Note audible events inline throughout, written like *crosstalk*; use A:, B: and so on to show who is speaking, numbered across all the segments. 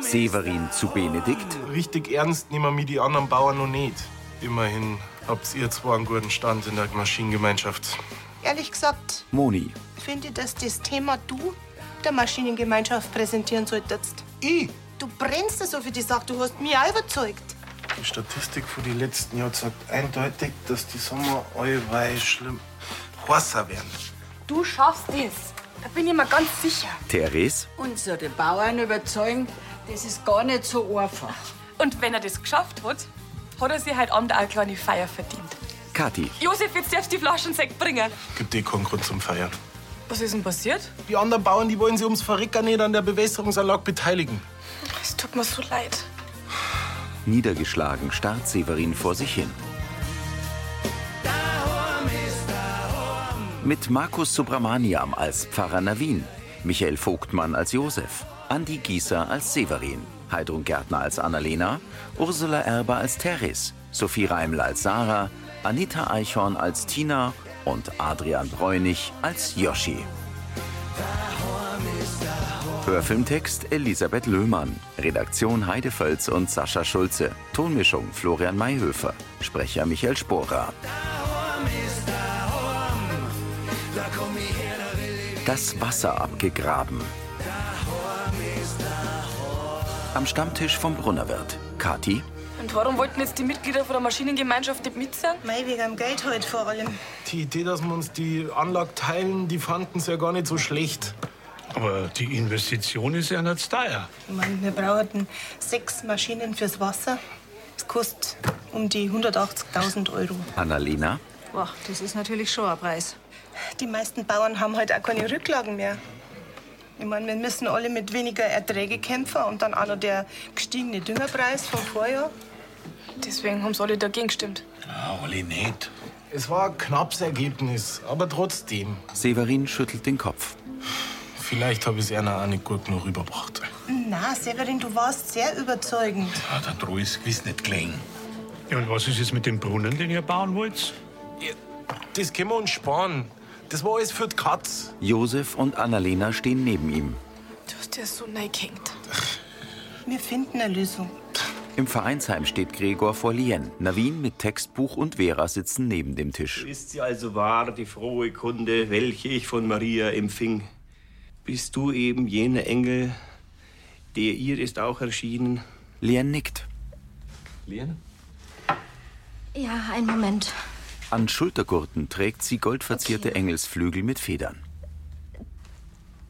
A: Severin zu Benedikt,
B: Richtig ernst nehmen mich die anderen Bauern noch nicht. Immerhin habt ihr zwar einen guten Stand in der Maschinengemeinschaft.
C: Ehrlich gesagt,
A: Moni,
C: finde ich, dass das Thema du der Maschinengemeinschaft präsentieren solltest.
B: Ich?
C: Du brennst ja so für die Sache, du hast mich auch überzeugt.
B: Die Statistik von den letzten Jahren sagt eindeutig, dass die Sommer allweil schlimm heißer werden.
D: Du schaffst es. Da bin ich mir ganz sicher.
A: Therese,
E: Unsere Bauern überzeugen, das ist gar nicht so einfach.
D: Und wenn er das geschafft hat, hat er sich heute Abend auch eine kleine Feier verdient.
A: Kathi,
D: Josef, jetzt darfst du die Flaschen Sekt bringen.
B: Gibt eh keinen Grund zum Feiern.
D: Was ist denn passiert?
B: Die anderen Bauern, die wollen sich ums Verrecken nicht an der Bewässerungsanlage beteiligen.
D: Es tut mir so leid.
A: niedergeschlagen, starrt Severin vor sich hin. Mit Markus Subramaniam als Pfarrer Navin, Michael Vogtmann als Josef, Andi Gießer als Severin, Heidrun Gärtner als Annalena, Ursula Erber als Teres, Sophie Reiml als Sarah, Anita Eichhorn als Tina und Adrian Bräunig als Yoshi. Hörfilmtext Elisabeth Löhmann. Redaktion Heide Völz und Sascha Schulze. Tonmischung Florian Mayhöfer. Sprecher Michael Sporer. Das Wasser abgegraben. Am Stammtisch vom Brunnerwirt. Kathi,
D: Und warum wollten jetzt die Mitglieder von der Maschinengemeinschaft nicht mitziehen?
C: Mei, wegen am Geld heute vor allem.
B: Die Idee, dass wir uns die Anlage teilen, die fanden sie ja gar nicht so schlecht.
F: Aber die Investition ist ja nicht teuer.
C: Ich mein, wir brauchten sechs Maschinen fürs Wasser. Das kostet um die 180.000 Euro.
A: Annalena,
E: Boah, das ist natürlich schon ein Preis.
C: Die meisten Bauern haben halt auch keine Rücklagen mehr. Ich meine, wir müssen alle mit weniger Erträge kämpfen und dann auch noch der gestiegene Düngerpreis vom Vorjahr.
D: Deswegen haben sie alle dagegen gestimmt.
F: Ah, Olli nicht.
B: Es war ein knappes Ergebnis, aber trotzdem.
A: Severin schüttelt den Kopf.
B: Vielleicht habe ich es einer auch nicht gut genug rübergebracht.
C: Na, Severin, du warst sehr überzeugend.
G: Ah, der Droh ist gewiss nicht gelegen.
F: Ja, und was ist jetzt mit dem Brunnen, den ihr bauen wollt?
B: Ja, Das können wir uns sparen. Das war alles für die Katz.
A: Josef und Annalena stehen neben ihm.
D: Du hast dir so neigehängt.
C: Wir finden eine Lösung.
A: Im Vereinsheim steht Gregor vor Lien. Navin mit Textbuch und Vera sitzen neben dem Tisch.
H: Ist sie also wahr, die frohe Kunde, welche ich von Maria empfing? Bist du eben jener Engel, der ihr ist auch erschienen?
A: Lien nickt.
H: Lena?
I: Ja, einen Moment.
A: An Schultergurten trägt sie goldverzierte Engelsflügel mit Federn.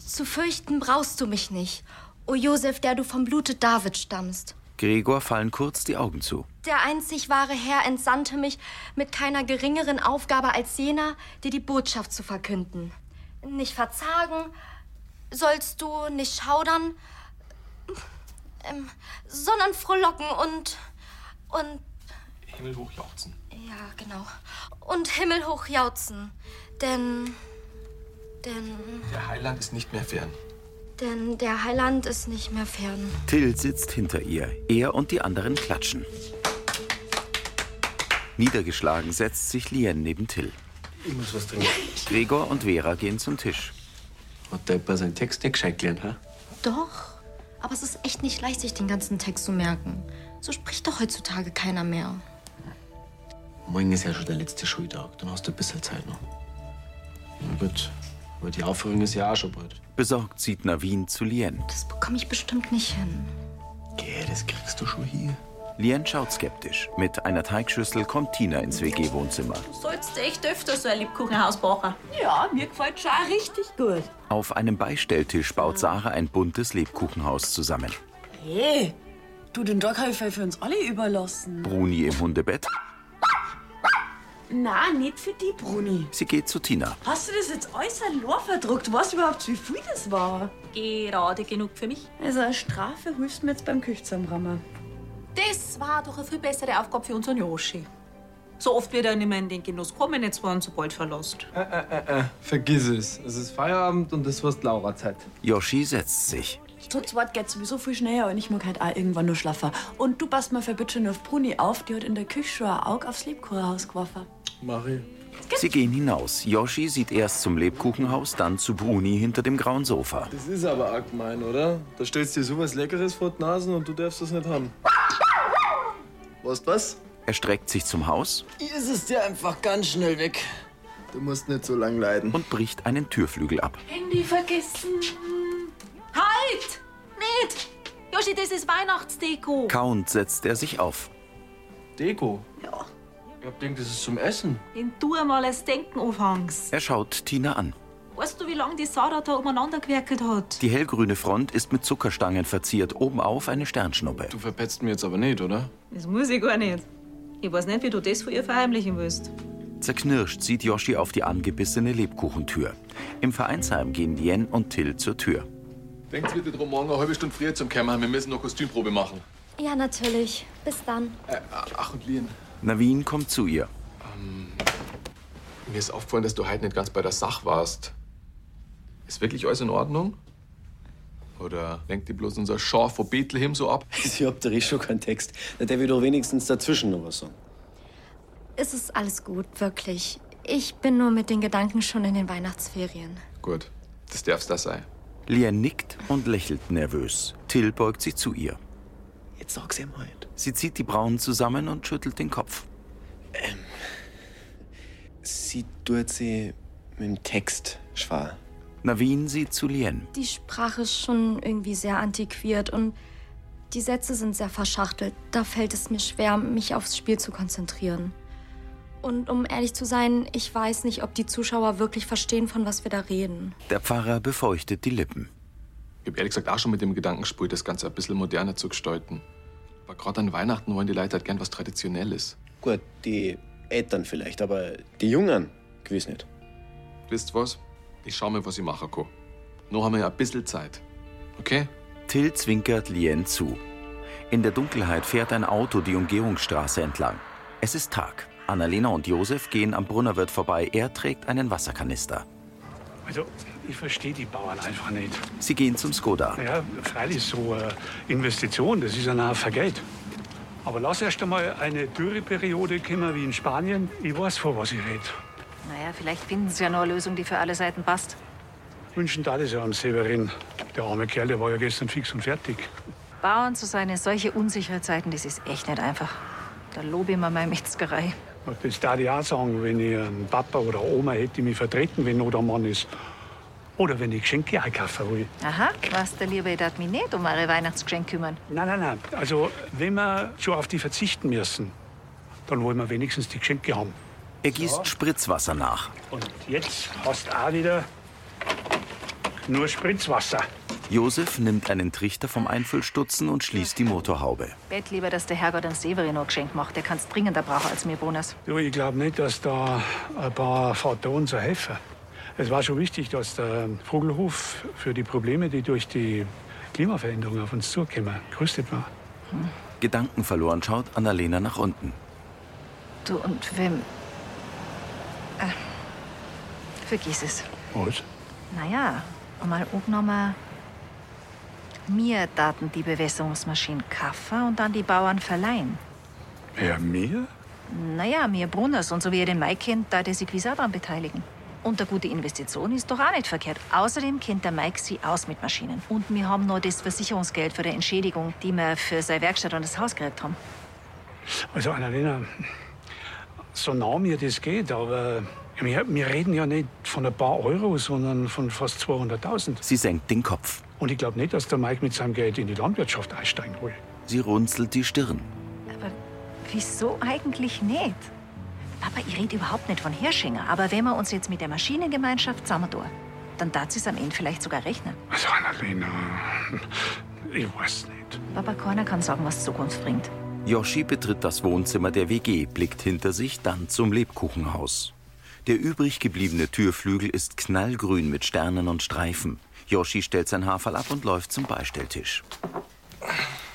I: Zu fürchten brauchst du mich nicht. O Josef, der du vom Blute David stammst.
A: Gregor fallen kurz die Augen zu.
I: Der einzig wahre Herr entsandte mich mit keiner geringeren Aufgabe als jener, dir die Botschaft zu verkünden. Nicht verzagen, sollst du nicht schaudern, ähm, sondern frohlocken und. und.
B: Himmelhoch jauchzen.
I: ja, genau. und himmelhoch jauchzen. Denn. denn.
B: Der Heiland ist nicht mehr fern.
I: denn der Heiland ist nicht mehr fern.
A: Till sitzt hinter ihr. Er und die anderen klatschen. Niedergeschlagen setzt sich Lien neben Till.
H: Ich muss was trinken.
A: Gregor und Vera gehen zum Tisch.
H: Hat der etwa seinen Text nicht gescheit gelernt, ha?
I: Doch, aber es ist echt nicht leicht, sich den ganzen Text zu merken. So spricht doch heutzutage keiner mehr.
H: Morgen ist ja schon der letzte Schultag, dann hast du ein bisschen Zeit noch. Na gut, aber die Aufführung ist ja auch schon bald.
A: Besorgt sieht Navin zu Lien.
I: Das bekomme ich bestimmt nicht hin.
H: Geh, das kriegst du schon hier.
A: Lien schaut skeptisch. Mit einer Teigschüssel kommt Tina ins WG-Wohnzimmer.
J: sollst echt öfter so ein Liebkuchenhaus brauchen.
D: Ja, mir gefällt schon richtig gut.
A: Auf einem Beistelltisch baut Sarah ein buntes Lebkuchenhaus zusammen.
J: Hey, du, den Tag habe ich für uns alle überlassen.
A: Bruni im Hundebett.
J: Na, nicht für die, Bruni.
A: Sie geht zu Tina.
J: Hast du das jetzt alles allein verdruckt? Weißt du überhaupt, wie viel das war? Gerade genug für mich. Also als Strafe hilfst du mir jetzt beim Küchzusamrammen. Das war doch eine viel bessere Aufgabe für unseren Yoshi. So oft wird er nicht mehr in den Genuss kommen, jetzt waren sie bald verlost.
K: Äh, Vergiss es. Es ist Feierabend und es wird Laura-Zeit.
A: Yoshi setzt sich.
J: Zu zweit geht sowieso viel schneller und ich mag halt auch irgendwann nur schlafen. Und du passt mal für bitte nur auf Bruni auf, die hat in der Küche schon ein Auge aufs Lebkuchenhaus geworfen.
B: Marie.
A: Sie gehen hinaus. Yoshi sieht erst zum Lebkuchenhaus, dann zu Bruni hinter dem grauen Sofa.
K: Das ist aber arg gemein, oder? Da stellst dir sowas Leckeres vor die Nasen und du darfst das nicht haben. Weißt was?
A: Er streckt sich zum Haus
L: Hier ist es dir einfach ganz schnell weg.
K: Du musst nicht so lang leiden.
A: und bricht einen Türflügel ab.
J: Handy vergessen. Halt! Nicht! Joshi, das ist Weihnachtsdeko.
A: Kauend setzt er sich auf.
K: Deko? Ja. Ich hab gedacht, das ist zum Essen.
J: Wenn du einmal das Denken anfängst.
A: Er schaut Tina an.
J: Weißt du, wie lange die Sarah da umeinander gewerkelt hat?
A: Die hellgrüne Front ist mit Zuckerstangen verziert, obenauf eine Sternschnuppe. Du
K: verpetzt mir jetzt aber nicht, oder?
J: Das muss ich gar nicht. Ich weiß nicht, wie du das von ihr verheimlichen willst.
A: Zerknirscht sieht Yoshi auf die angebissene Lebkuchentür. Im Vereinsheim gehen Jen und Till zur Tür.
M: Denkt bitte drum, morgen eine halbe Stunde früher zum Kämmer. Wir müssen noch Kostümprobe machen.
I: Ja, natürlich. Bis dann.
M: Äh, ach und Lien. Ähm,
A: Navin kommt zu ihr.
M: Mir ist aufgefallen, dass du heute nicht ganz bei der Sache warst. Ist wirklich alles in Ordnung? Oder lenkt dir bloß unser Schaf von Bethlehem so ab?
L: *laughs* Ich hab da richtig schon keinen Text. Na, der will doch wenigstens dazwischen noch was sagen.
I: Es ist alles gut, wirklich. Ich bin nur mit den Gedanken schon in den Weihnachtsferien.
M: Gut, das darf's das sein.
A: Lien nickt und lächelt nervös. Till beugt sich zu ihr.
L: Jetzt sag's ihm halt.
A: Sie zieht die Brauen zusammen und schüttelt den Kopf.
K: Ähm,
L: Sie tut sie mit dem Text schwer.
A: Navin sieht zu Lien.
I: Die Sprache ist schon irgendwie sehr antiquiert und die Sätze sind sehr verschachtelt. Da fällt es mir schwer, mich aufs Spiel zu konzentrieren. Und um ehrlich zu sein, ich weiß nicht, ob die Zuschauer wirklich verstehen, von was wir da reden.
A: Der Pfarrer befeuchtet die Lippen.
M: Ich hab ehrlich gesagt auch schon mit dem Gedanken gespielt, das Ganze ein bisschen moderner zu gestalten. Aber gerade an Weihnachten wollen die Leute halt gern was Traditionelles.
L: Gut, die Eltern vielleicht, aber die Jungen gewiss nicht.
M: Wisst was? Ich schau mir, was ich machen kann. Noch haben wir ja ein bisschen Zeit. Okay?
A: Till zwinkert Lien zu. In der Dunkelheit fährt ein Auto die Umgehungsstraße entlang. Es ist Tag. Annalena und Josef gehen am Brunnerwirt vorbei. Er trägt einen Wasserkanister.
F: Also, ich verstehe die Bauern einfach nicht.
A: Sie gehen zum Skoda.
F: Naja, freilich so eine Investition, das ist ja nachher vergelt. Aber lass erst einmal eine Dürreperiode kommen wie in Spanien. Ich weiß, von was ich rede.
N: Naja, vielleicht finden sie ja noch eine Lösung, die für alle Seiten passt.
F: Wünschen da das ja am Severin. Der arme Kerl, der war ja gestern fix und fertig.
N: Bauern zu sein in solche unsichere Zeiten, das ist echt nicht einfach. Da lobe ich mir meine Metzgerei.
F: Das darf ich auch sagen, wenn ich einen Papa oder eine Oma hätte, die mich vertreten, wenn noch der Mann ist. Oder wenn ich Geschenke einkaufen will.
N: Aha, was der Liebe, ich darf mich nicht um eure Weihnachtsgeschenke kümmern.
F: Nein, nein, nein. Also, wenn wir schon auf die verzichten müssen, dann wollen wir wenigstens die Geschenke haben.
A: Er gießt Spritzwasser nach.
F: Und jetzt hast du auch wieder nur Spritzwasser.
A: Josef nimmt einen Trichter vom Einfüllstutzen und schließt die Motorhaube.
N: Bett lieber, dass der Herrgott uns Severin noch ein Geschenk macht. Der kann's dringender brauchen als mir Bonus.
F: Du, ich glaube nicht, dass da ein paar Vater unser helfen. Es war schon wichtig, dass der Vogelhof für die Probleme, die durch die Klimaveränderung auf uns zukommen, gerüstet war.
A: Gedankenverloren schaut Annalena nach unten.
N: Du und wem? Äh, vergiss es.
F: Was?
N: Naja, mal angenommen, mir daten die Bewässerungsmaschinen Kaffee und dann die Bauern verleihen.
F: Wer mir?
N: Naja, mir Brunners und so wie ihr den Mai kennt, da der sich gewiss auch daran beteiligen. Und eine gute Investition ist doch auch nicht verkehrt. Außerdem kennt der Mike sie aus mit Maschinen. Und wir haben noch das Versicherungsgeld für die Entschädigung, die wir für seine Werkstatt und das Haus gekriegt haben.
F: Also, Annalena, so nah mir das geht, aber wir, wir reden ja nicht von ein paar Euro, sondern von fast 200.000.
A: Sie senkt den Kopf.
F: Und ich glaube nicht, dass der Mike mit seinem Geld in die Landwirtschaft einsteigen will.
A: Sie runzelt die Stirn.
N: Wieso eigentlich nicht? Papa, ich rede überhaupt nicht von Hirschinger, aber wenn wir uns jetzt mit der Maschinengemeinschaft zusammentun, dann darf sie es am Ende vielleicht sogar rechnen.
F: Also, Annalena, ich weiß nicht.
N: Papa, keiner kann sagen, was die Zukunft bringt.
A: Yoshi betritt das Wohnzimmer der WG, blickt hinter sich, dann zum Lebkuchenhaus. Der übrig gebliebene Türflügel ist knallgrün mit Sternen und Streifen. Yoshi stellt sein Haferl ab und läuft zum Beistelltisch.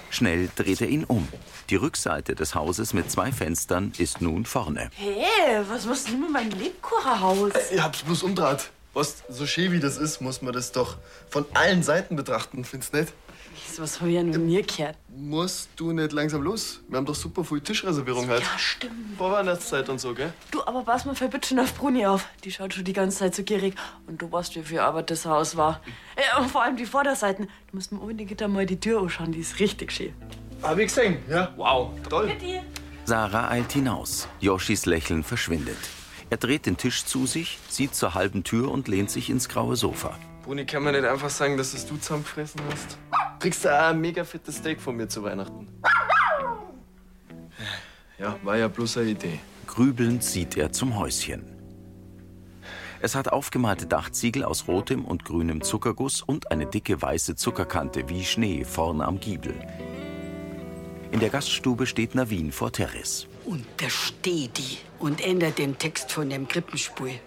A: Schnell dreht er ihn um. Die Rückseite des Hauses mit zwei Fenstern ist nun vorne.
J: Hey, was machst du mit meinem Lebkuchenhaus?
K: Ich Äh, hab's bloß umdraht. Was so schön wie das ist, muss man das doch von allen Seiten betrachten, findest nicht?
O: Sowas habe ich ja noch nie gehört.
K: Musst du nicht langsam los? Wir haben doch super viel Tischreservierung heute. Ja,
O: stimmt.
K: Vorweihnachtszeit und so, gell?
O: Du, aber pass mal bitte schon auf Bruni auf. Die schaut schon die ganze Zeit so gierig. Und du weißt, wie viel Arbeit das Haus war. Ja, und vor allem die Vorderseiten. Du musst mir unbedingt einmal die Tür anschauen, die ist richtig schön.
K: Hab ich gesehen, ja? Wow, toll.
A: Sarah eilt hinaus. Yoshis Lächeln verschwindet. Er dreht den Tisch zu sich, sieht zur halben Tür und lehnt sich ins graue Sofa.
K: Bruni, kann man nicht einfach sagen, dass es du zusammengefressen hast? Kriegst du auch ein mega fettes Steak von mir zu Weihnachten. Ja, war ja bloß eine Idee.
A: Grübelnd sieht er zum Häuschen. Es hat aufgemalte Dachziegel aus rotem und grünem Zuckerguss und eine dicke weiße Zuckerkante wie Schnee vorn am Giebel. In der Gaststube steht Navin vor Teres.
P: Und da steht die und ändert den Text von dem Krippenspiel.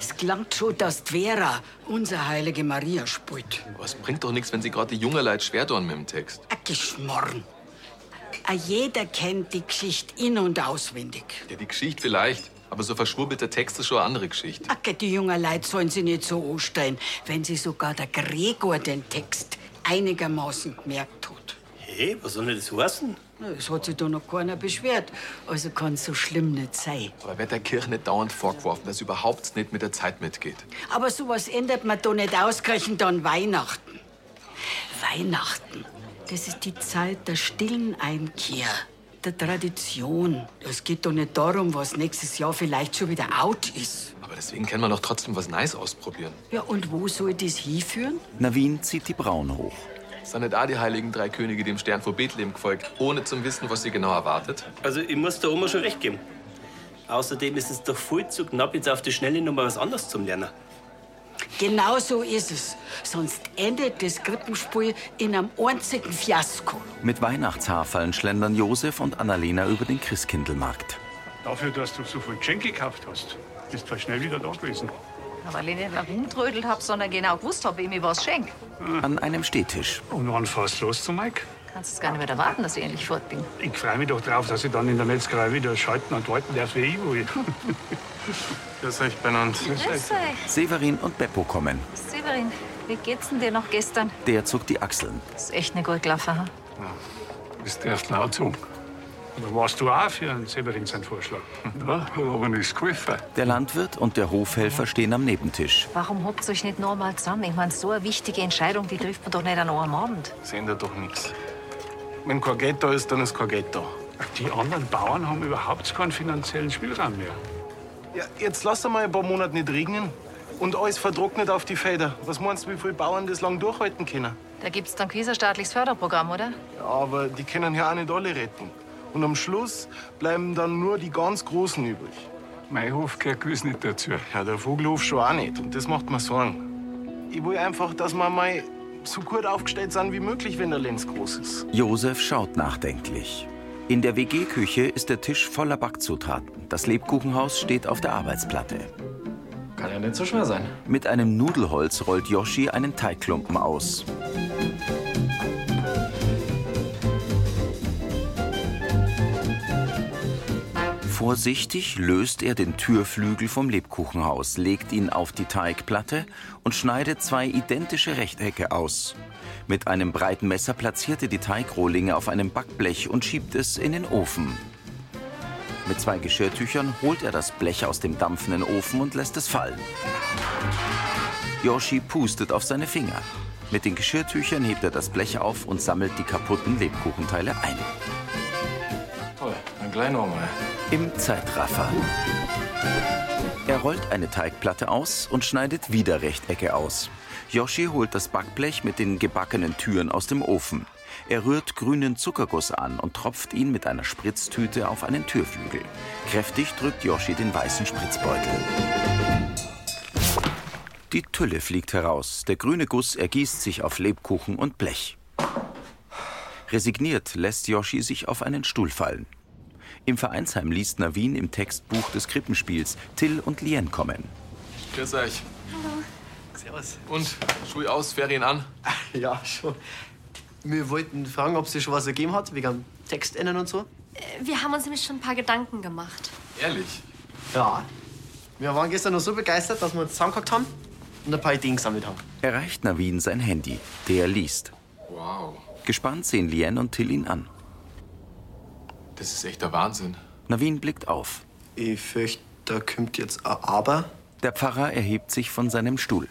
P: Es klangt schon, dass die Vera unsere heilige Maria spielt.
M: Aber es bringt doch nichts, wenn sie gerade die junge Leute schwer tun mit dem Text.
P: Ein Geschmorn. Ein Jeder kennt die Geschichte in- und auswendig.
M: Ja, die Geschichte vielleicht, aber so verschwurbelter Text ist schon eine andere Geschichte.
P: Ach, die jungen Leute sollen sie nicht so anstellen, wenn sie sogar der Gregor den Text einigermaßen gemerkt hat.
Q: Hey, was soll denn das heißen?
P: Na, Es hat sich da noch keiner beschwert. Also kann es so schlimm nicht sein.
M: Aber wird der Kirche nicht dauernd vorgeworfen, dass sie überhaupt nicht mit der Zeit mitgeht?
P: Aber sowas ändert man doch nicht ausgerechnet an Weihnachten. Weihnachten, das ist die Zeit der stillen Einkehr, der Tradition. Es geht doch nicht darum, was nächstes Jahr vielleicht schon wieder out ist.
M: Aber deswegen kann man doch trotzdem was Neues ausprobieren.
P: Ja, und wo soll das hinführen?
A: Navin zieht die Brauen hoch.
M: Sind nicht auch die heiligen drei Könige dem Stern vor Bethlehem gefolgt, ohne zu wissen, was sie genau erwartet?
Q: Also, ich muss der Oma schon recht geben. Außerdem ist es doch viel zu knapp, jetzt auf die Schnelle noch mal was anderes zum Lernen.
P: Genau so ist es. Sonst endet das Krippenspiel in einem einzigen Fiasko.
A: Mit Weihnachtshaferln schlendern Josef und Annalena über den Christkindlmarkt.
F: Dafür, dass du so viel Geschenke gekauft hast, bist du schnell wieder da gewesen.
N: Aber weil ich nicht herumtrödelt habe, sondern genau gewusst habe, wem ich was schenke.
A: An einem Stehtisch.
F: Und wann fährst du los zu Mike?
N: Kannst es gar nicht mehr erwarten, dass ich endlich fort bin.
F: Ich freue mich doch drauf, dass ich dann in der Metzgerei wieder schalten und walten darf, wie ich will.
B: Grüß euch, benannt.
N: Grüß euch.
A: Severin und Beppo kommen.
N: Severin, wie geht's denn dir noch gestern?
A: Der zuckt die Achseln.
N: Ist echt nicht gut gelaufen. hm?
F: Bist du erst laut zu. Aber warst du auch für einen Severin seinen Vorschlag? Ja, hat aber nichts geholfen.
A: Der Landwirt und der Hofhelfer stehen am Nebentisch.
N: Warum habt ihr euch nicht noch mal zusammen? Ich meine, so eine wichtige Entscheidung, die trifft man doch nicht an einem Abend.
B: Das ändert doch nichts. Wenn kein Geld da ist, dann ist kein Geld da.
F: Die anderen Bauern haben überhaupt keinen finanziellen Spielraum mehr.
B: Ja, jetzt lass doch mal ein paar Monate nicht regnen. Und alles vertrocknet auf die Felder. Was meinst du, wie viele Bauern das lang durchhalten können?
N: Da gibt's dann gewiss ein staatliches Förderprogramm, oder?
B: Ja, aber die können ja auch nicht alle retten. Und am Schluss bleiben dann nur die ganz Großen übrig.
F: Mein Hof gehört gewiss nicht dazu.
B: Ja, der Vogelhof schon auch nicht. Und das macht mir Sorgen. Ich will einfach, dass wir mal so gut aufgestellt sind wie möglich, wenn der Lenz groß ist.
A: Josef schaut nachdenklich. In der WG-Küche ist der Tisch voller Backzutaten. Das Lebkuchenhaus steht auf der Arbeitsplatte.
K: Kann ja nicht so schwer sein.
A: Mit einem Nudelholz rollt Yoshi einen Teigklumpen aus. Vorsichtig löst er den Türflügel vom Lebkuchenhaus, legt ihn auf die Teigplatte und schneidet zwei identische Rechtecke aus. Mit einem breiten Messer platziert er die Teigrohlinge auf einem Backblech und schiebt es in den Ofen. Mit zwei Geschirrtüchern holt er das Blech aus dem dampfenden Ofen und lässt es fallen. Yoshi pustet auf seine Finger. Mit den Geschirrtüchern hebt er das Blech auf und sammelt die kaputten Lebkuchenteile ein.
K: Toll, dann gleich nochmal.
A: Im Zeitraffer. Er rollt eine Teigplatte aus und schneidet wieder Rechtecke aus. Yoshi holt das Backblech mit den gebackenen Türen aus dem Ofen. Er rührt grünen Zuckerguss an und tropft ihn mit einer Spritztüte auf einen Türflügel. Kräftig drückt Yoshi den weißen Spritzbeutel. Die Tülle fliegt heraus. Der grüne Guss ergießt sich auf Lebkuchen und Blech. Resigniert lässt Yoshi sich auf einen Stuhl fallen. Im Vereinsheim liest Navin im Textbuch des Krippenspiels Till und Lien kommen.
M: Grüß euch.
I: Hallo.
M: Servus. Und Schuhe aus, Ferien an.
R: *laughs* Ja, schon. Wir wollten fragen, ob sie schon was ergeben hat, wegen dem Text ändern und so.
I: Äh, Wir haben uns nämlich schon ein paar Gedanken gemacht.
M: Ehrlich?
R: Ja. Wir waren gestern noch so begeistert, dass wir uns zusammengehackt haben und ein paar Ideen gesammelt haben.
A: Erreicht Navin sein Handy. Der liest.
M: Wow.
A: Gespannt sehen Lien und Till ihn an.
M: Das ist echt der Wahnsinn.
A: Navin blickt auf.
R: Ich fürchte, da kommt jetzt ein Aber.
A: Der Pfarrer erhebt sich von seinem Stuhl.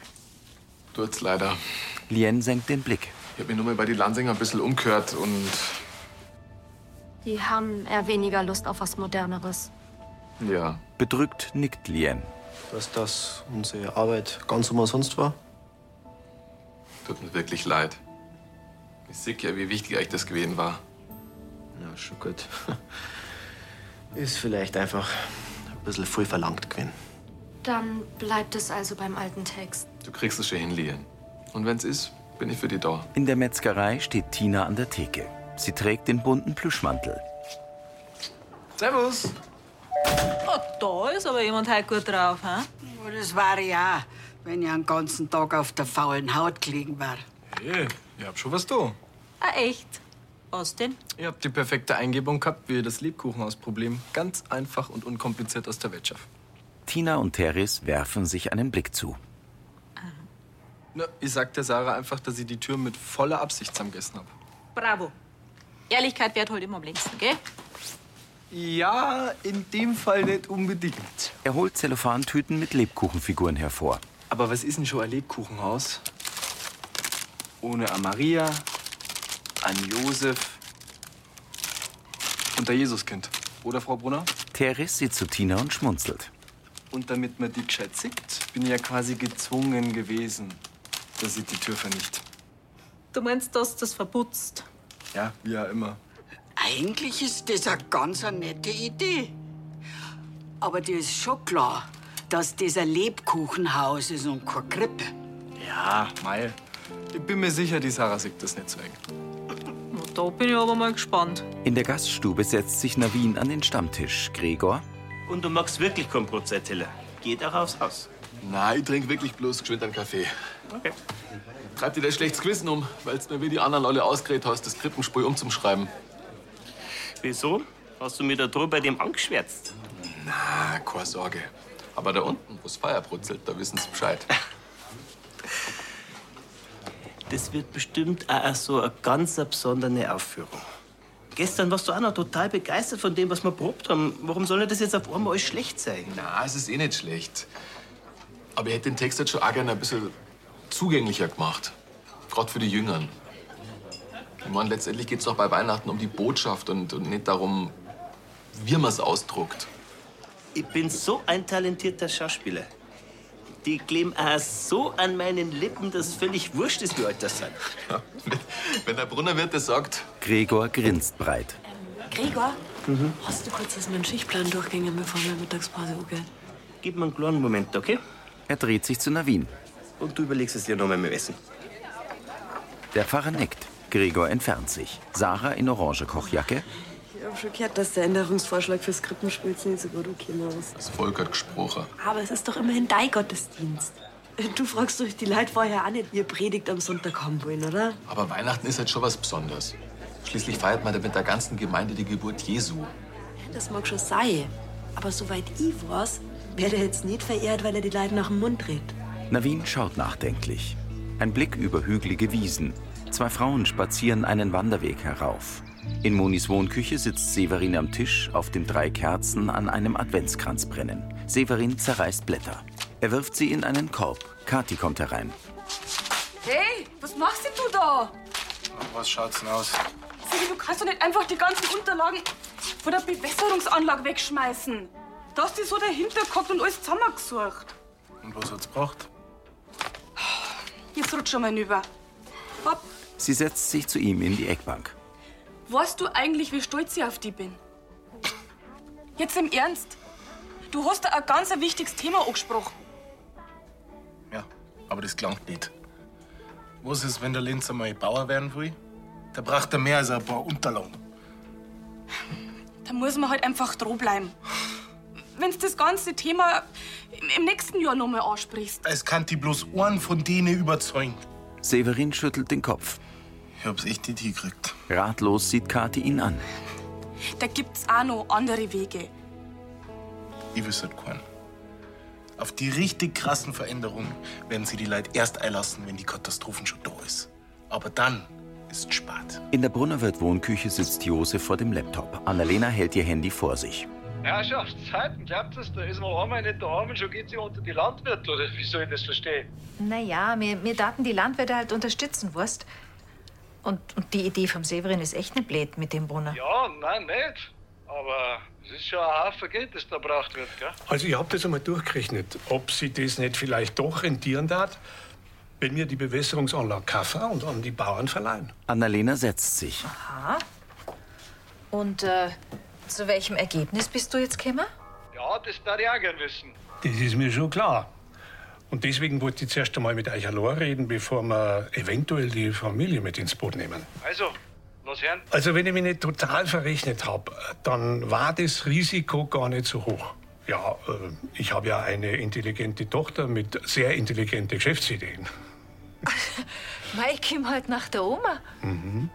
M: Tut's leider.
A: Lien senkt den Blick.
M: Ich habe mich nur mal bei den Lansinger ein bisschen umgehört und
I: Die haben eher weniger Lust auf was Moderneres.
M: ja.
A: Bedrückt nickt Lien.
R: Dass das unsere Arbeit ganz umsonst war.
M: Tut mir wirklich leid. Ich sehe ja, wie wichtig euch das gewesen war.
R: Na, schon gut. Ist vielleicht einfach ein bisschen voll verlangt gewesen.
I: Dann bleibt es also beim alten Text.
M: Du kriegst es schon hin, Lien. Und wenn's ist, bin ich für dich da.
A: In der Metzgerei steht Tina an der Theke. Sie trägt den bunten Plüschmantel.
R: Servus.
J: Oh, da ist aber jemand heute gut drauf, hä?
P: Ja, Oh, Das war ja, wenn ich den ganzen Tag auf der faulen Haut gelegen war.
K: Hey, ich hab schon was da.
J: Ah, echt? Was denn?
K: Ich hab die perfekte Eingebung gehabt, wie das Lebkuchenhausproblem ganz einfach und unkompliziert aus der Welt schaffen.
A: Tina und Teres werfen sich einen Blick zu.
K: Na, Ne, ich sag der Sarah einfach, dass ich die Tür mit voller Absicht zusammengegessen hab.
J: Bravo. Ehrlichkeit währt heute immer am längsten, gell?
K: Ja, in dem Fall nicht unbedingt.
A: Er holt Zellophantüten mit Lebkuchenfiguren hervor.
K: Aber was ist denn schon ein Lebkuchenhaus? Ohne an Maria, an Josef und der Jesuskind. Oder, Frau Brunner?
A: Teres sieht zu Tina und schmunzelt.
K: Und damit man die gescheit sieht, bin ich ja quasi gezwungen gewesen, dass ich die Tür vernicht.
J: Du meinst, dass das verputzt?
K: Ja, wie ja immer.
P: Eigentlich ist das eine ganz eine nette Idee. Aber dir ist schon klar, dass das ein Lebkuchenhaus ist und keine Krippe.
K: Ja, Mai. Ich bin mir sicher, die Sarah sieht das nicht so eng.
J: Na, da bin ich aber mal gespannt.
A: In der Gaststube setzt sich Navin an den Stammtisch. Gregor,
Q: Und du magst wirklich keinen Prozentteller. Geht auch aufs Haus.
M: Nein, ich trinke wirklich bloß geschwind einen Kaffee.
Q: Okay.
M: Treib dir dein schlechtes Gewissen um, weil du mir wie die anderen alle ausgeredet hast, das Krippenspiel umzuschreiben.
Q: Wieso? Hast du mir da drüber bei dem angeschwärzt?
M: Na, keine Sorge. Aber da unten, wo's Feier brutzelt, da wissen sie Bescheid.
Q: Das wird bestimmt auch so eine ganz besondere Aufführung. Gestern warst du auch noch total begeistert von dem, was wir probt haben. Warum soll denn das jetzt auf einmal alles schlecht sein?
M: Na, es ist eh nicht schlecht. Aber ich hätte den Text jetzt schon auch gerne ein bisschen zugänglicher gemacht. Gerade für die Jüngern. Ich meine, letztendlich geht's doch bei Weihnachten um die Botschaft und, und nicht darum, wie man es ausdruckt.
Q: Ich bin so ein talentierter Schauspieler. Die kleben auch so an meinen Lippen, dass es völlig wurscht ist, wie alt das sind.
M: Wenn der Brunnerwirt das sagt.
A: Gregor grinst breit.
J: Gregor?
O: Hast du kurz, dass wir einen Schichtplan durchgehen, bevor wir Mittagspause umgehen?
Q: Gib mir einen kleinen Moment, okay?
A: Er dreht sich zu Navin.
Q: Und du überlegst es dir noch mal mit dem Essen.
A: Der Pfarrer nickt. Gregor entfernt sich. Sarah in orange Kochjacke.
O: Ich hab schon gehört, dass der Änderungsvorschlag fürs Krippenspiel jetzt nicht so gut gekommen ist.
M: Das Volk hat gesprochen.
O: Aber es ist doch immerhin dein Gottesdienst. Du fragst euch die Leute vorher auch nicht, ihr predigt am Sonntag haben wollen, oder?
M: Aber Weihnachten ist halt schon was Besonderes. Schließlich feiert man mit der ganzen Gemeinde die Geburt Jesu.
O: Das mag schon sein. Aber soweit ich weiß, wird er jetzt nicht verehrt, weil er die Leute nach dem Mund dreht.
A: Navin schaut nachdenklich. Ein Blick über hügelige Wiesen. Zwei Frauen spazieren einen Wanderweg herauf. In Monis Wohnküche sitzt Severin am Tisch, auf dem drei Kerzen an einem Adventskranz brennen. Severin zerreißt Blätter. Er wirft sie in einen Korb. Kathi kommt herein.
D: Hey, was machst denn du da?
K: Was schaut's denn aus?
D: Sigi, du kannst doch nicht einfach die ganzen Unterlagen von der Bewässerungsanlage wegschmeißen. Da hast du so dahinter geguckt und alles zusammengesucht.
K: Und was hat's gebracht?
D: Jetzt rutsch schon mal hinüber. Bob,
A: Sie setzt sich zu ihm in die Eckbank.
D: weißt du eigentlich, wie stolz ich auf dich bin? Jetzt im Ernst. Du hast da ein ganz ein wichtiges Thema angesprochen.
B: Aber das klangt nicht. Was ist, wenn der Linz einmal Bauer werden will? Da braucht er mehr als ein paar Unterlagen.
D: Da muss man halt einfach dranbleiben. Wenn du das ganze Thema im- im nächsten Jahr nochmal ansprichst.
B: Es kann die bloß einen von denen überzeugen.
A: Severin schüttelt den Kopf.
B: Ich hab's echt nicht hingekriegt.
A: Ratlos sieht Kathi ihn an.
D: Da gibt's auch noch andere Wege.
B: Ich wüsste halt keinen. Auf die richtig krassen Veränderungen werden sie die Leute erst einlassen, wenn die Katastrophen schon da ist. Aber dann
A: ist Spat. In der Brunnerwirt-Wohnküche sitzt Josef vor dem Laptop. Annalena hält ihr Handy vor sich.
S: Herrschaftszeiten, glaubt es, da ist man einmal nicht der Arme, schon geht sie unter die Landwirte, oder wie soll ich das verstehen?
N: Naja, wir, wir daten die Landwirte halt unterstützen, weißt und, und die Idee vom Severin ist echt nicht blöd mit dem Brunner.
S: Ja, nein, nicht. Aber es ist schon ein Haufen Geld, das da braucht wird, gell?
T: Also ich habe das einmal durchgerechnet, ob sie das nicht vielleicht doch rentieren darf, wenn wir die Bewässerungsanlage kaufen und an die Bauern verleihen.
A: Annalena setzt sich.
N: Aha. Und äh, zu welchem Ergebnis bist du jetzt gekommen?
S: Ja, das darf ich auch gern
B: *laughs*
S: wissen.
F: Das ist mir schon klar. Und deswegen wollte ich zuerst einmal mit euch allein reden, bevor wir eventuell die Familie mit ins Boot nehmen.
S: Also, los hören.
F: Also wenn ich mich nicht total verrechnet habe, dann war das Risiko gar nicht so hoch. Ja, äh, ich habe ja eine intelligente Tochter mit sehr intelligenten Geschäftsideen.
N: Mei, ich komm halt nach der Oma.
F: Mhm.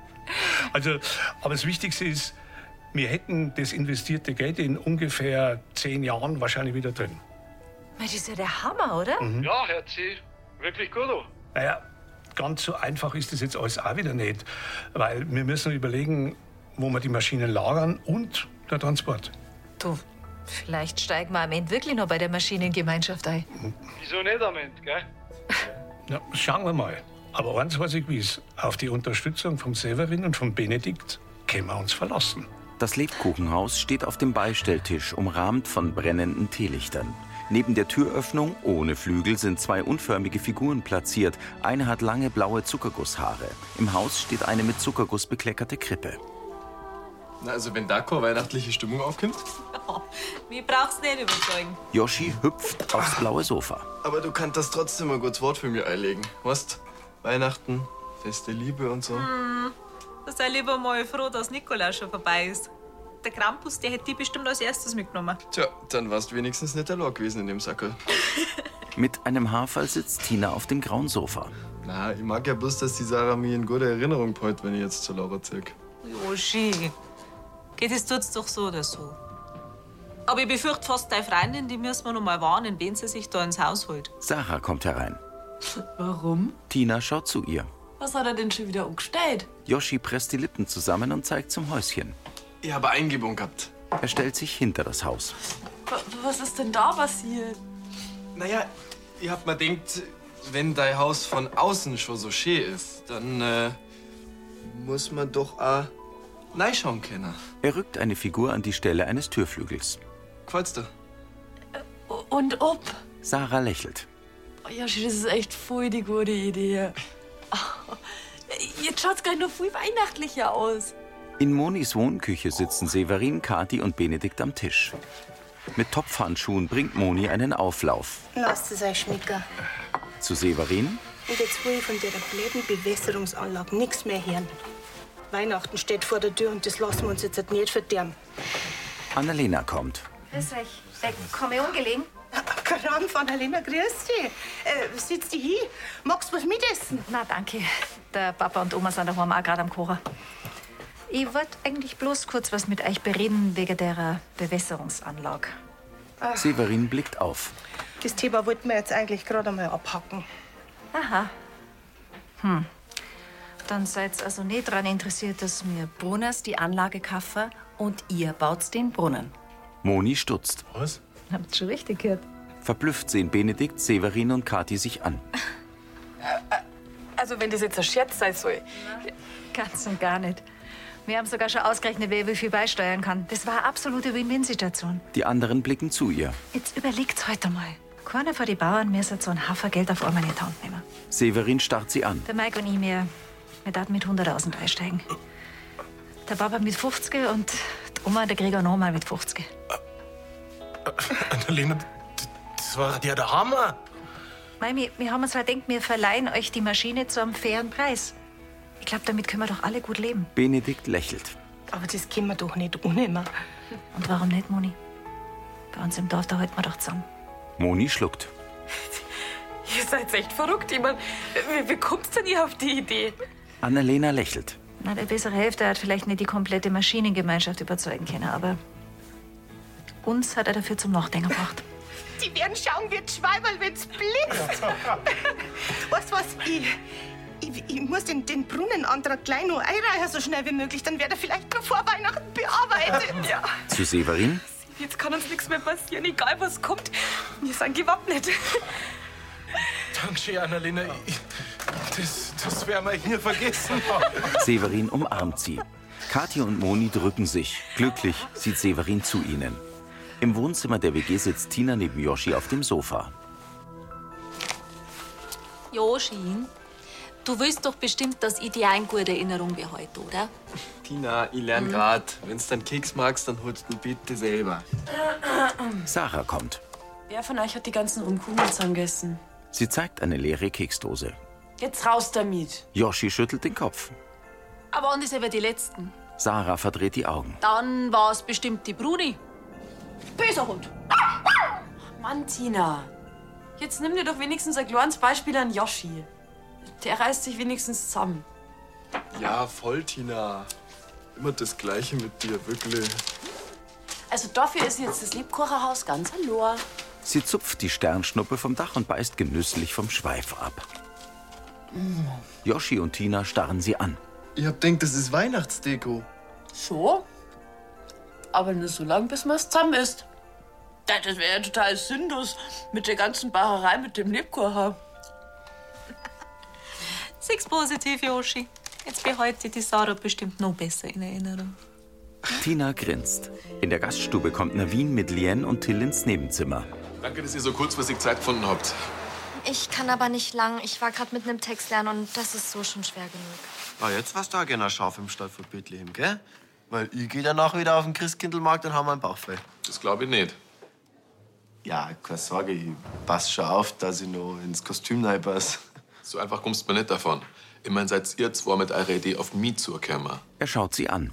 F: Also, aber das Wichtigste ist, wir hätten das investierte Geld in ungefähr zehn Jahren wahrscheinlich wieder drin. Mhm.
N: Mei, das ist ja der Hammer, oder?
S: Ja, hört sie Mhm. wirklich gut an.
F: Naja, ganz so einfach ist das jetzt alles auch wieder nicht, weil wir müssen überlegen, wo wir die Maschinen lagern und der Transport.
N: Du, vielleicht steigen wir am Ende wirklich noch bei der Maschinengemeinschaft ein.
S: Wieso nicht am Ende, gell?
F: Na, schauen wir mal. Aber eins weiß ich wie's, auf die Unterstützung vom Severin und vom Benedikt können wir uns verlassen.
A: Das Lebkuchenhaus steht auf dem Beistelltisch, umrahmt von brennenden Teelichtern. Neben der Türöffnung ohne Flügel sind zwei unförmige Figuren platziert. Eine hat lange blaue Zuckergusshaare. Im Haus steht eine mit Zuckerguss bekleckerte Krippe.
M: Na, also wenn da keine weihnachtliche Stimmung aufkommt.
J: Mir brauchst nicht überzeugen.
A: Yoshi hüpft aufs blaue Sofa.
R: Aber du kannst das trotzdem ein gutes Wort für mich einlegen. Weißt, Weihnachten, feste Liebe und so.
J: Hm, da sei lieber mal froh, dass Nikolaus schon vorbei ist. Der Krampus, der hätte die bestimmt als erstes mitgenommen.
R: Tja, dann warst du wenigstens nicht der Lor gewesen in dem Sackel.
A: Mit einem Haarfall sitzt Tina auf dem grauen Sofa.
R: Na, ich mag ja bloß, dass die Sarah mir in gute Erinnerung beut, wenn ich jetzt zur Laura zirk.
J: Joshi, geht es tut's doch so oder so. Aber ich befürchte fast deine Freundin, die müssen wir noch mal warnen, wen sie sich da ins Haus holt.
A: Sarah kommt herein.
O: Warum?
A: Tina schaut zu ihr.
O: Was hat er denn schon wieder umgestellt?
A: Yoshi presst die Lippen zusammen und zeigt zum Häuschen.
M: Ich habe Eingebung gehabt.
A: Er stellt sich hinter das Haus.
O: Wa- Was ist denn da passiert?
R: Naja, ich hab mir denkt, wenn dein Haus von außen schon so schön ist, dann äh, muss man doch auch reinschauen können.
A: Er rückt eine Figur an die Stelle eines Türflügels.
R: Gefällt's dir?
O: Und ob?
A: Sarah lächelt.
O: Oh, Yoshi, das ist echt voll die gute Idee. Ah, Jetzt schaut's gleich noch viel weihnachtlicher aus.
A: In Monis Wohnküche sitzen Severin, Kati und Benedikt am Tisch. Mit Topfhandschuhen bringt Moni einen Auflauf.
C: Lasst es euch schmecken.
A: Zu Severin,
C: Und jetzt will ich von der blöden Bewässerungsanlage nichts mehr hören. Weihnachten steht vor der Tür und das lassen wir uns jetzt nicht verderben.
A: Annalena kommt.
C: Grüß euch. komme ungelegen. Krampf, Annalena, grüß dich. Äh, sitzt die hier? Magst du was mitessen?
N: Na, danke. Der Papa und Oma sind daheim auch gerade am Kochen. Ich wollte eigentlich bloß kurz was mit euch bereden wegen der Bewässerungsanlage.
A: Severin blickt auf.
C: Das Thema wollten wir jetzt eigentlich gerade einmal abhacken.
N: Aha. Hm. Dann seid also nicht daran interessiert, dass mir Brunners die Anlage kaufen und ihr baut den Brunnen.
A: Moni stutzt. Was?
N: Habt schon richtig gehört.
A: Verblüfft sehen Benedikt, Severin und Kati sich an.
E: Also, wenn das jetzt ein Scherz sein soll.
N: Ganz und gar nicht. Wir haben sogar schon ausgerechnet, wer wie viel beisteuern kann. Das war eine absolute Win-Win-Situation.
A: Die anderen blicken zu ihr.
N: Jetzt überlegt's heute mal. Keiner von den Bauern mehr so ein Hafergeld auf einmal in die Hand nehmen.
A: Severin starrt sie an.
N: Der Mike und ich, wir, wir daten mit 100.000 einsteigen. Der Papa mit 50 und die Oma und der Gregor nochmal mit 50.
G: Annalena, d- das war ja der Hammer.
N: Mei, wir, wir haben uns halt gedacht, wir verleihen euch die Maschine zu einem fairen Preis. Ich glaube, damit können wir doch alle gut leben.
A: Benedikt lächelt.
C: Aber das können wir doch nicht ne? unnehmen.
N: Und warum nicht, Moni? Bei uns im Dorf, da halten wir doch zusammen.
A: Moni schluckt.
E: Ihr seid echt verrückt. Ich mein, wie, wie kommst denn ihr auf die Idee?
A: Annalena lächelt.
N: Na, der bessere Hälfte hat vielleicht nicht die komplette Maschinengemeinschaft überzeugen können, aber uns hat er dafür zum Nachdenken gebracht.
C: Die werden schauen wie ein Schweiberl, wenn's blitzt. weißt du was? Ich, ich ich, ich muss den, den Brunnenantrag gleich noch einreichen, so schnell wie möglich. Dann wird er vielleicht noch vor Weihnachten bearbeitet. ja.
A: Zu Severin?
D: *laughs* Jetzt kann uns nichts mehr passieren, egal was kommt. Wir sind gewappnet.
B: Dankeschön, Annalena. Ich- Das, das werden wir hier vergessen.
A: Severin umarmt sie. Kathi und Moni drücken sich. Glücklich sieht Severin zu ihnen. Im Wohnzimmer der WG sitzt Tina neben Yoshi auf dem Sofa.
J: Joshin, du willst doch bestimmt, dass ich dir eine gute Erinnerung behalte, oder?
U: Tina, ich lerne
J: Mhm.
U: grad. Wenn's dann Keks magst, dann holst du bitte selber.
A: *clears throat* Sarah kommt.
O: Wer von euch hat die ganzen Rumkugeln zusammengegessen?
A: Sie zeigt eine leere Keksdose.
O: Jetzt raus damit.
A: Yoshi schüttelt den Kopf.
J: Aber waren das aber die letzten?
A: Sarah verdreht die Augen.
J: Dann war es bestimmt die Bruni. Böser Hund.
O: Mann, Tina. Jetzt nimm dir doch wenigstens ein kleines Beispiel an Yoshi. Der reißt sich wenigstens zusammen.
M: Ja, voll, Tina. Immer das Gleiche mit dir, wirklich.
O: Also dafür ist jetzt das Liebkocherhaus ganz verloren.
A: Sie zupft die Sternschnuppe vom Dach und beißt genüsslich vom Schweif ab. Yoshi und Tina starren sie an.
V: Ich hab denkt, das ist Weihnachtsdeko.
O: So? Aber nur so lange, bis man es zusammen ist. Das wäre ja total sinnlos mit der ganzen Barerei mit dem Liebkocher.
J: Sechs positiv, Joshi. Jetzt behalte ich die Sarah bestimmt noch besser in Erinnerung.
A: Tina grinst. In der Gaststube kommt Navin mit Lien und Till ins Nebenzimmer.
M: Danke, dass ihr so kurzfristig Zeit gefunden habt.
I: Ich kann aber nicht lang. Ich war gerade mit einem Text lernen und das ist so schon schwer genug.
K: Ah, jetzt warst du auch gerne scharf im Stall von Bethlehem, gell? Weil ich gehe danach wieder auf den Christkindlmarkt und hau meinen Bauch frei.
M: Das glaube ich nicht.
K: Ja, keine Sorge, ich pass schon auf, dass ich noch ins Kostüm reinpasse.
M: So einfach kommst du mir nicht davon. Immerhin seid ihr zwei mit eurer Idee auf mich zugekommen.
A: Er schaut sie an.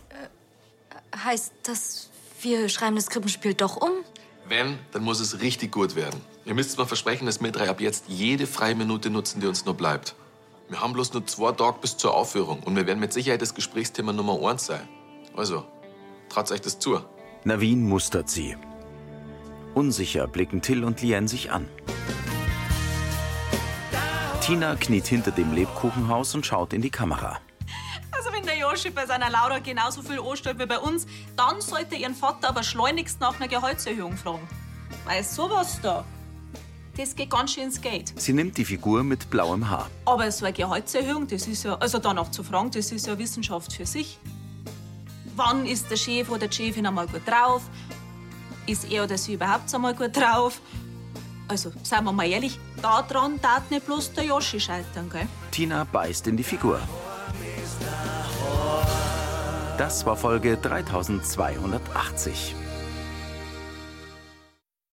I: Heißt das, wir schreiben das Krippenspiel doch um?
M: Wenn, dann muss es richtig gut werden. Ihr müsst mir versprechen, dass wir drei ab jetzt jede freie Minute nutzen, die uns noch bleibt. Wir haben bloß nur zwei Tage bis zur Aufführung und wir werden mit Sicherheit das Gesprächsthema Nummer eins sein. Also, traut euch das zu.
A: Navin mustert sie. Unsicher blicken Till und Lien sich an. Tina kniet hinter dem Lebkuchenhaus und schaut in die Kamera.
J: Also wenn der Joshi bei seiner Laura genauso viel anstellt wie bei uns, dann sollte ihren Vater aber schleunigst nach einer Gehaltserhöhung fragen. Weil sowas da, das geht ganz schön ins Geld.
A: Sie nimmt die Figur mit blauem Haar.
J: Aber so eine Gehaltserhöhung, das ist ja, also danach zu fragen, das ist ja Wissenschaft für sich. Wann ist der Chef oder die Chefin einmal gut drauf? Ist er oder sie überhaupt einmal gut drauf? Also, seien wir mal ehrlich, daran tat nicht bloß der Joschi scheitern, gell?
A: Tina beißt in die Figur. Das war Folge 3280.